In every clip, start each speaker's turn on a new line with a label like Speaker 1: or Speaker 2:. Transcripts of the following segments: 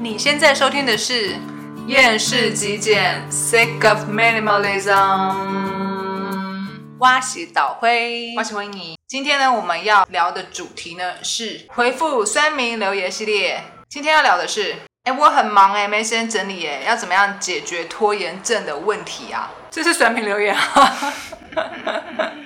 Speaker 1: 你现在收听的是《厌世极简》（Sick of Minimalism），挖洗倒灰，
Speaker 2: 我喜欢你。
Speaker 1: 今天呢，我们要聊的主题呢是回复酸民留言系列。今天要聊的是，哎，我很忙哎，没时间整理哎，要怎么样解决拖延症的问题啊？这是酸民留言啊。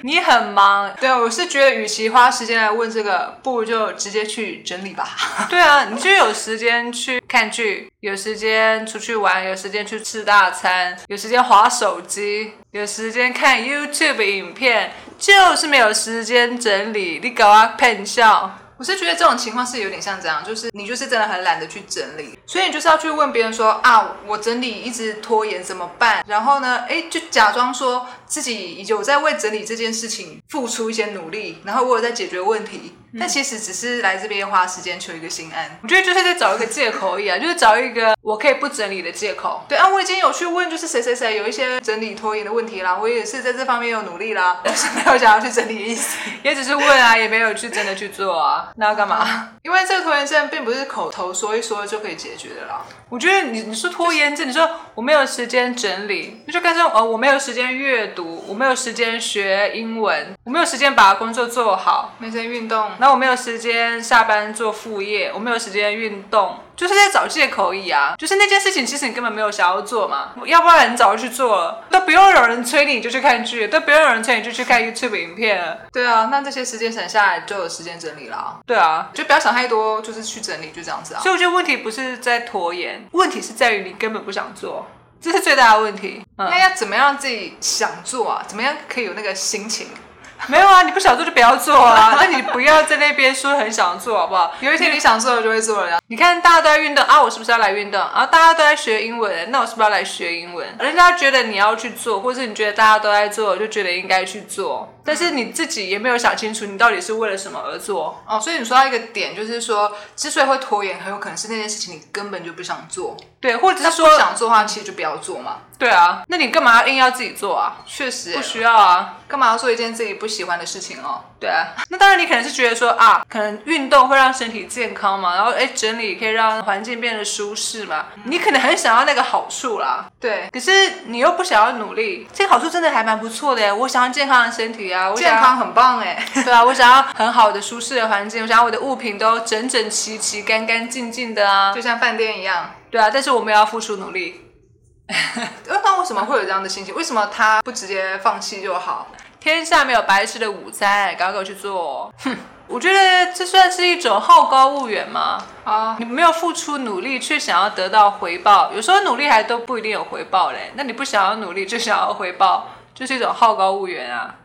Speaker 1: 你很忙，
Speaker 2: 啊
Speaker 1: 对我是觉得，与其花时间来问这个，不如就直接去整理吧。
Speaker 2: 对啊，你就有时间去看剧，有时间出去玩，有时间去吃大餐，有时间划手机，有时间看 YouTube 影片，就是没有时间整理。你搞啊骗笑，
Speaker 1: 我是觉得这种情况是有点像这样，就是你就是真的很懒得去整理，所以你就是要去问别人说啊，我整理一直拖延怎么办？然后呢，诶，就假装说自己有在为整理这件事情付出一些努力，然后我有在解决问题，但其实只是来这边花时间求一个心安。
Speaker 2: 我觉得就是在找一个借口而已啊，就是找一个我可以不整理的借口。
Speaker 1: 对啊，我已经有去问，就是谁谁谁有一些整理拖延的问题啦，我也是在这方面有努力啦， 但是没有想要去整理的意思。
Speaker 2: 也只是问啊，也没有去真的去做啊，那要干嘛？
Speaker 1: 因为这个拖延症并不是口头说一说就可以解决的啦。
Speaker 2: 我觉得你你说拖延症，你说我没有时间整理，那就干脆呃我没有时间阅读，我没有时间学英文，我没有时间把工作做好，
Speaker 1: 没时间运动，
Speaker 2: 然后我没有时间下班做副业，我没有时间运动，就是在找借口而已啊。就是那件事情，其实你根本没有想要做嘛，要不然你早就去做了，都不用有人催你就去看剧，都不用有人催你就去看 YouTube 影片了。
Speaker 1: 对啊，那这些时间省下来就有时间整理啦。
Speaker 2: 对啊，
Speaker 1: 就不要想太多，就是去整理，就这样子啊。
Speaker 2: 所以我觉得问题不是在拖延，问题是在于你根本不想做，这是最大的问题。嗯
Speaker 1: 那，要怎么样自己想做啊？怎么样可以有那个心情？
Speaker 2: 没有啊，你不想做就不要做啊，那你不要在那边说很想做，好不好？
Speaker 1: 有一天你想做的就会做了呀。
Speaker 2: 你看，大家都在运动啊，我是不是要来运动？啊，大家都在学英文，那我是不是要来学英文？人家觉得你要去做，或是你觉得大家都在做，就觉得应该去做，
Speaker 1: 嗯
Speaker 2: 但是你自己也没有想清楚，你到底是为了什么而做。
Speaker 1: 哦，所以你说到一个点，就是说，之所以会拖延，很有可能是那件事情你根本就不想做。
Speaker 2: 对，或者
Speaker 1: 那
Speaker 2: 是说
Speaker 1: 不，想做的话，其实就不要做嘛。
Speaker 2: 对啊，那你干嘛硬要自己做啊？
Speaker 1: 确实欸，
Speaker 2: 不需要啊。
Speaker 1: 干嘛要做一件自己不喜欢的事情哦？
Speaker 2: 对啊，那当然你可能是觉得说啊，可能运动会让身体健康嘛，然后哎整理可以让环境变得舒适嘛，你可能很想要那个好处啦，
Speaker 1: 对，
Speaker 2: 可是你又不想要努力，这个好处真的还蛮不错的耶，我想要健康的身体啊，我想
Speaker 1: 健
Speaker 2: 要
Speaker 1: 康很棒 哎。
Speaker 2: 对啊，我想要很好的舒适的环境，我想要我的物品都整整齐齐、干干净净的啊
Speaker 1: 就，像饭店一样。
Speaker 2: 对啊，但是我们也要付出努力。
Speaker 1: 呃那为什么会有这样的心情？为什么他不直接放弃就好？
Speaker 2: 天下没有白吃的午餐，赶快给我去做！哼，我觉得这算是一种好高骛远吗？
Speaker 1: 啊、
Speaker 2: 你没有付出努力，却想要得到回报，有时候努力还都不一定有回报嘞。那你不想要努力，就想要回报，就是一种好高骛远啊。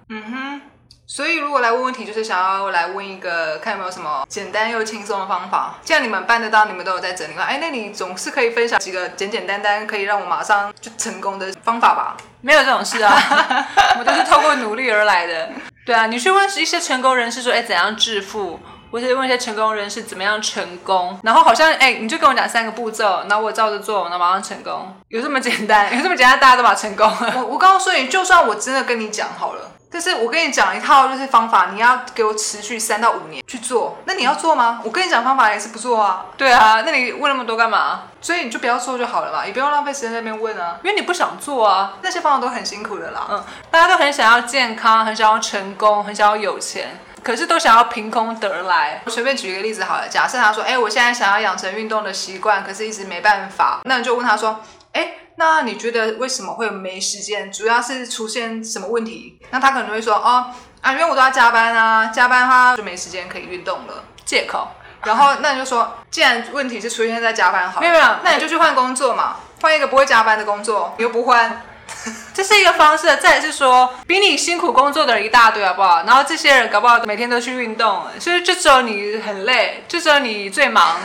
Speaker 1: 所以如果来问问题，就是想要来问一个看有没有什么简单又轻松的方法。既然你们办得到，你们都有在整理嘛，哎，那你总是可以分享几个简简单单可以让我马上就成功的方法吧？
Speaker 2: 没有这种事啊， 我们都是透过努力而来的。对啊，你去问一些成功人士说，哎，怎样致富？或者问一些成功人士怎么样成功，然后好像哎，你就跟我讲三个步骤，然后我照着做，然后马上成功，有这么简单？有 这么简单？大家都把成功了。
Speaker 1: 我我告诉你，就算我真的跟你讲好了，但是我跟你讲一套就是方法，你要给我持续三到五年去做，那你要做吗？我跟你讲方法也是不做啊，
Speaker 2: 对啊，那你问那么多干嘛？
Speaker 1: 所以你就不要做就好了嘛，也不用浪费时间在那边问啊。
Speaker 2: 因为你不想做啊。
Speaker 1: 那些方法都很辛苦的啦，
Speaker 2: 嗯，大家都很想要健康，很想要成功，很想要有钱，可是都想要凭空得来。
Speaker 1: 我随便举一个例子好了，假设他说，哎、我现在想要养成运动的习惯，可是一直没办法，那你就问他说，哎、那你觉得为什么会没时间？主要是出现什么问题？那他可能会说，哦，啊，因为我都要加班啊，加班的话就没时间可以运动了。
Speaker 2: 借口
Speaker 1: 然后那你就说，既然问题是出现在加班好了，
Speaker 2: 没有没有
Speaker 1: 那你就去换工作嘛，换一个不会加班的工作，你又不换，
Speaker 2: 这是一个方式，再来是说，比你辛苦工作的人一大堆，好不好？然后这些人搞不好每天都去运动，所以就只有你很累，就只有你最 忙，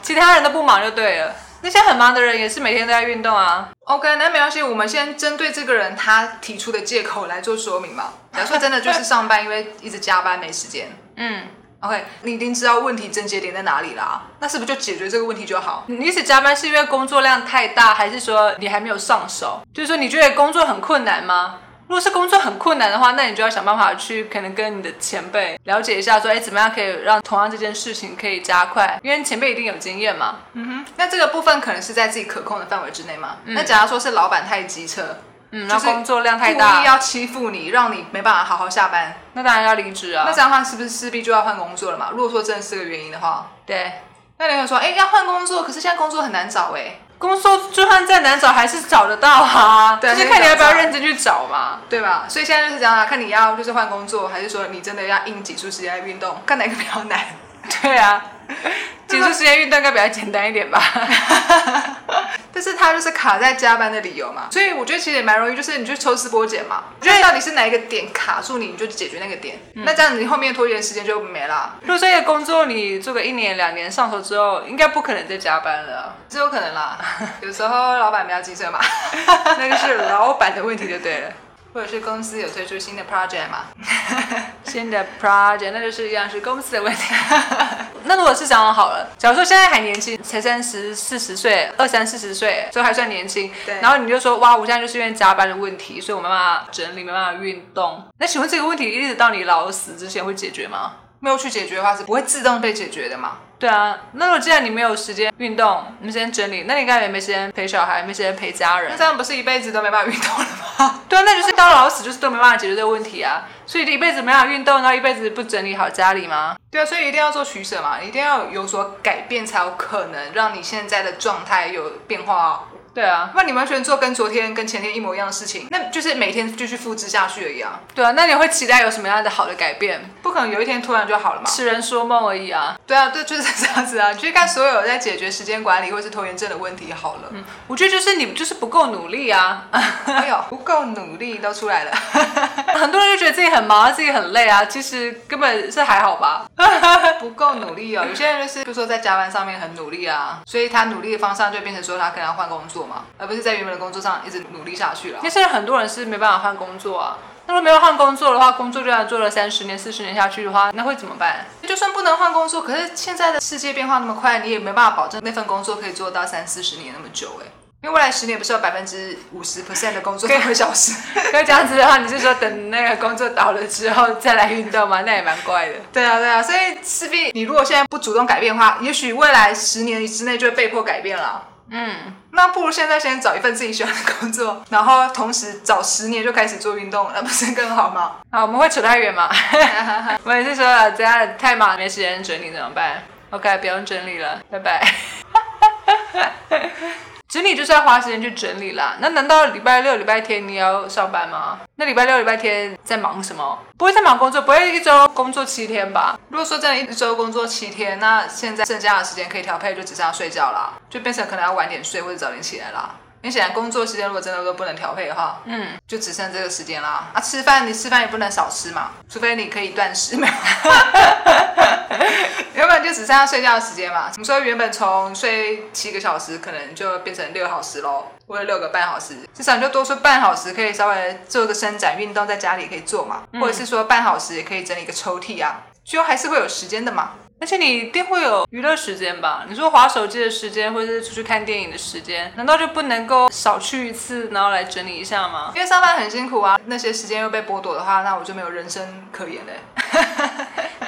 Speaker 2: 其他人都不忙就对了。那些很忙的人也是每天都在运动啊。
Speaker 1: OK，那没关系，我们先针对这个人他提出的借口来做说明嘛。假如说真的就是上班，因为一直加班没时间。
Speaker 2: 嗯，
Speaker 1: OK，你已经知道问题症结点在哪里啦，那是不是就解决这个问题就好？
Speaker 2: 你一直加班是因为工作量太大，还是说你还没有上手？就是说你觉得工作很困难吗？如果是工作很困难的话，那你就要想办法去可能跟你的前辈了解一下说，哎怎么样可以让同样这件事情可以加快，因为前辈一定有经验嘛。
Speaker 1: 那这个部分可能是在自己可控的范围之内嘛？那假如说是老板太机车，
Speaker 2: 嗯，
Speaker 1: 就
Speaker 2: 然
Speaker 1: 是
Speaker 2: 后工作量太
Speaker 1: 故意
Speaker 2: 大，
Speaker 1: 要欺负你，让你没办法好好下班，
Speaker 2: 那当然要离职啊
Speaker 1: 那。这样的话是不是势必就要换工作了嘛？如果说真的是个原因的话，
Speaker 2: 对，
Speaker 1: 那你会说，哎、要换工作，可是现在工作很难找哎、
Speaker 2: 工作就算再难找，还是找得到啊。
Speaker 1: 对
Speaker 2: 就是看你要不要
Speaker 1: 还是找得到
Speaker 2: 认真去找嘛。
Speaker 1: 对吧？所以现在就是这样啊，看你要就是换工作，还是说你真的要硬挤出时间来运动，看哪个比较难。
Speaker 2: 对 啊，结束时间运动应该比较简单一 点吧。
Speaker 1: 但是他就是卡在加班的理由嘛，所以我觉得其实也蛮容易，就是你去抽丝剥茧嘛，我觉得到底是哪一个点卡住你，你就解决那个点，那这样你后面拖延的时间就没啦，
Speaker 2: 如果这个工作你做个一年两年上手之后，应该不可能再加班了，
Speaker 1: 这有可能啦。有时候老板比较机车嘛，
Speaker 2: 那个是老板的问题就对了。
Speaker 1: 或者是公司有推出新的 project 嘛，
Speaker 2: 新的 project 那就是一样是公司的问题。 那如果是想好了，假如说现在还年轻，才三十四十岁，二三四十岁，所以还算年轻。
Speaker 1: 对
Speaker 2: 然后你就说，哇，我现在就是因为加班的问题，所以我没办法整理，没办法运动。那请问这个问题一直到你老死之前会解决吗？
Speaker 1: 没有去解决的话是不会自动被解决的嘛。
Speaker 2: 对啊，那如果既然你没有时间运动，没时间整理，那你应该也没时间陪小孩，没时间陪家人
Speaker 1: 那。这样不是一辈子都没办法运动了吗？
Speaker 2: 对啊，那就是到老死就是都没办法解决这个问题啊。所以你一辈子没法运动，然后一辈子不整理好家里吗？
Speaker 1: 对啊，所以一定要做取舍嘛，一定要有所改变，才有可能让你现在的状态有变化哦。
Speaker 2: 对啊，
Speaker 1: 不然你完全做跟昨天、跟前天一模一样的事情，那就是每天继续复制下去而已啊，
Speaker 2: 对啊，那你会期待有什么样的好的改变？
Speaker 1: 不可能有一天突然就好了嘛。
Speaker 2: 痴人说梦而已啊。
Speaker 1: 对啊，对，就是这样子啊。你去看所有在解决时间管理或是拖延症的问题好了。
Speaker 2: 我觉得就是你就是不够努力啊，
Speaker 1: 哎呦，不够努力都出来了。
Speaker 2: 很多人就觉得自己很忙，自己很累啊，其实根本是还好吧。
Speaker 1: 不够努力哦。有些人就是，比如说在加班上面很努力啊，所以他努力的方向就变成说他可能要换工作嘛，而不是在原本的工作上一直努力下去了
Speaker 2: 但。是很多人是没办法换工作啊。那如果没有换工作的话，工作就算做了三十年、四十年下去的话，那会怎么办？
Speaker 1: 就算不能换工作，可是现在的世界变化那么快，你也没办法保证那份工作可以做到三四十年那么久哎。因为未来十年不是有百分之五十 percent 的工作都会 消失，
Speaker 2: 要这样子的话，你是说等那个工作倒了之后再来运动吗？那也蛮怪的。
Speaker 1: 对啊对啊，所以势必你如果现在不主动改变的话，也许未来十年之内就会被迫改变了。
Speaker 2: 嗯，
Speaker 1: 那不如现在先找一份自己喜欢的工作，然后同时早十年就开始做运动，那不是更好吗？
Speaker 2: 好，我们会扯太远嘛？我也是说了，等下太忙没时间整理怎么办？OK，不用整理了，呃拜拜。 整理就是要花时间去整理啦。那难道礼拜六、礼拜天你要上班吗？那礼拜六、礼拜天在忙什么？不会在忙工作，不会一周工作七天吧？
Speaker 1: 如果说真的一周工作七天，那现在剩下的时间可以调配，就只剩下睡觉啦，就变成可能要晚点睡或者早点起来啦。你显然工作时间如果真的都不能调配的话，
Speaker 2: 嗯，
Speaker 1: 就只剩这个时间啦。啊，吃饭你吃饭也不能少吃嘛，除非你可以断食嘛。 原本就只剩下睡觉的时间嘛，你说原本从睡七个小时，可能就变成六小时喽，或者六个半小时，至少你就多出半小时可以稍微做个伸展运动，在家里也可以做嘛，或者是说半小时也可以整理个抽屉啊，就还是会有时间的嘛。
Speaker 2: 而且你一定会有娱乐时间吧？你说划手机的时间，或者是出去看电影的时间，难道就不能够少去一次，然后来整理一下吗？
Speaker 1: 因为上班很辛苦啊，那些时间又被剥夺的话，那我就没有人生可言 嘞。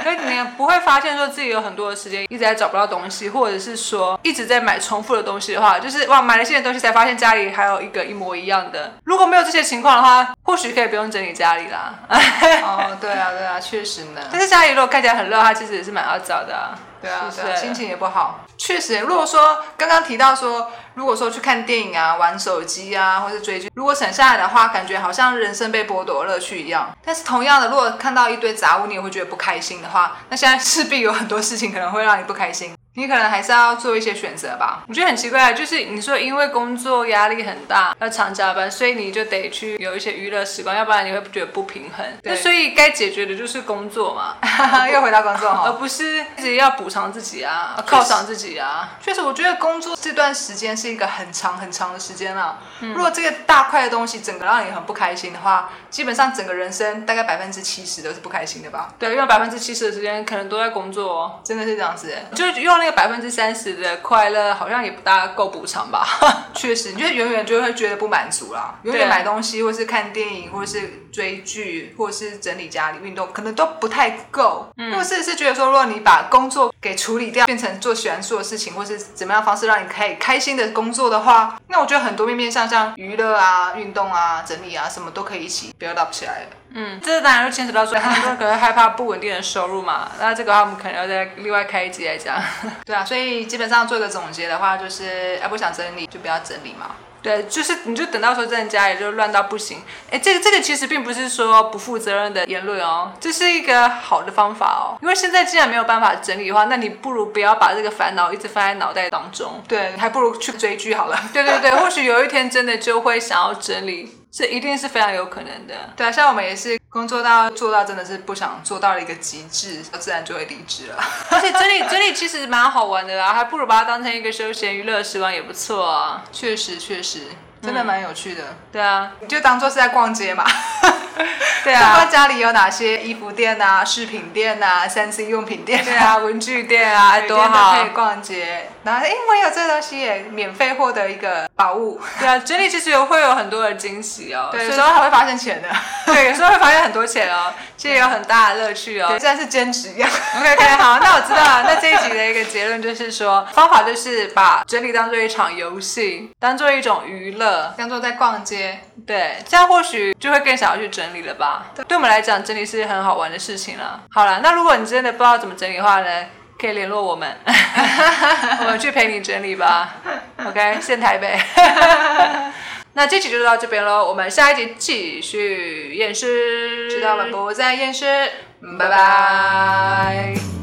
Speaker 2: 所以你不会发现说自己有很多的时间一直在找不到东西，或者是说一直在买重复的东西的话，就是哇买了新的东西才发现家里还有一个一模一样的。如果没有这些情况的话，或许可以不用整理家里啦。
Speaker 1: 哦，对啊，对啊，确实呢。
Speaker 2: 但是家里如果看起来很乱，它其实也是蛮好找的、啊。
Speaker 1: 对啊，
Speaker 2: 是不
Speaker 1: 对啊，
Speaker 2: 是
Speaker 1: 心情也不好。确实，如果说刚刚提到说，如果说去看电影啊、玩手机啊，或是追剧，如果省下来的话，感觉好像人生被剥夺乐趣一样。但是同样的，如果看到一堆杂物，你也会觉得不开心的话，那现在势必有很多事情可能会让你不开心，你可能还是要做一些选择吧。
Speaker 2: 我觉得很奇怪，就是你说因为工作压力很大，要常加班，所以你就得去有一些娱乐时光，要不然你会觉得不平衡。
Speaker 1: 对
Speaker 2: 那所以该解决的就是工作嘛，
Speaker 1: 又回到工作
Speaker 2: 而
Speaker 1: 哈，
Speaker 2: 不是一直要补偿自己啊，犒赏自己啊。
Speaker 1: 确实，我觉得工作这段时间是一个很长很长的时间啦。如果这个大块的东西整个让你很不开心的话，基本上整个人生大概百分之七十都是不开心的吧，
Speaker 2: 对，用百分之七十的时间可能都在工作、哦，
Speaker 1: 真的是这样子欸、
Speaker 2: 就用那个百分之三十的快乐，好像也不大够补偿吧？
Speaker 1: 确实，你就永远就会觉得不满足啦。永远
Speaker 2: 对
Speaker 1: 买东西，或是看电影，或是追剧，或是整理家里、运动，可能都不太够。嗯，或是是觉得说，如果你把工作给处理掉，变成做喜欢做的事情，或是怎么样的方式让你可以开心的工作的话，那我觉得很多面面向像娱乐啊、运动啊、整理啊，什么都可以一起 build up 起来了。
Speaker 2: 嗯， 这当然就牵扯到说，很多人可能害怕不稳定的收入嘛。那这个的话，我们可能要再另外开一集来讲。
Speaker 1: 对啊，所以基本上做一个总结的话，就是哎，不想整理就不要整理嘛。
Speaker 2: 对，就是你就等到时候真的家里就乱到不行。哎，这个这个其实并不是说不负责任的言论哦，这是一个好的方法哦。因为现在既然没有办法整理的话，那你不如不要把这个烦恼一直放在脑袋当中。
Speaker 1: 对，还不如去追剧好了。
Speaker 2: 对对对，或许有一天真的就会想要整理，这一定是非常有可能的。
Speaker 1: 对啊，像我们也是工作到做到真的是不想做到了一个极致，自然就会离职了。
Speaker 2: 而且整理整理其实蛮好玩的啦，还不如把它当成一个休闲娱乐时光也不错啊。
Speaker 1: 确实，确实，真的蛮有趣的。
Speaker 2: 对啊，
Speaker 1: 你就当做是在逛街嘛，
Speaker 2: 对
Speaker 1: 看
Speaker 2: 啊
Speaker 1: 看。家里有哪些衣服店啊、饰品店啊、三 C 用品店
Speaker 2: 对啊，文具店啊，哎多
Speaker 1: 每天都
Speaker 2: 好
Speaker 1: 可以！逛街。然后，哎，我有这东西耶，免费获得一个宝物。
Speaker 2: 对啊，整理其实有会有很多的惊喜哦。
Speaker 1: 对，有
Speaker 2: 所以
Speaker 1: 时候还会发现钱的，
Speaker 2: 对， 有时候会发现很多钱哦，其实有很大的乐趣哦
Speaker 1: 对，。像是兼职一样。
Speaker 2: OK OK，好，那我知道了。那这一集的一个结论就是说，方法就是把整理当做一场游戏，当做一种娱乐，
Speaker 1: 当做在逛街，
Speaker 2: 对，这样或许就会更想要去整理了吧。对我们来讲，整理是很好玩的事情了。好了，那如果你真的不知道怎么整理的话呢，可以联络我 们，我们去陪你整理吧。OK，现台 北。那这集就到这边喽，我们下一集继续验尸，
Speaker 1: 知道了不？在验尸，嗯拜
Speaker 2: 拜
Speaker 1: 拜。
Speaker 2: 拜。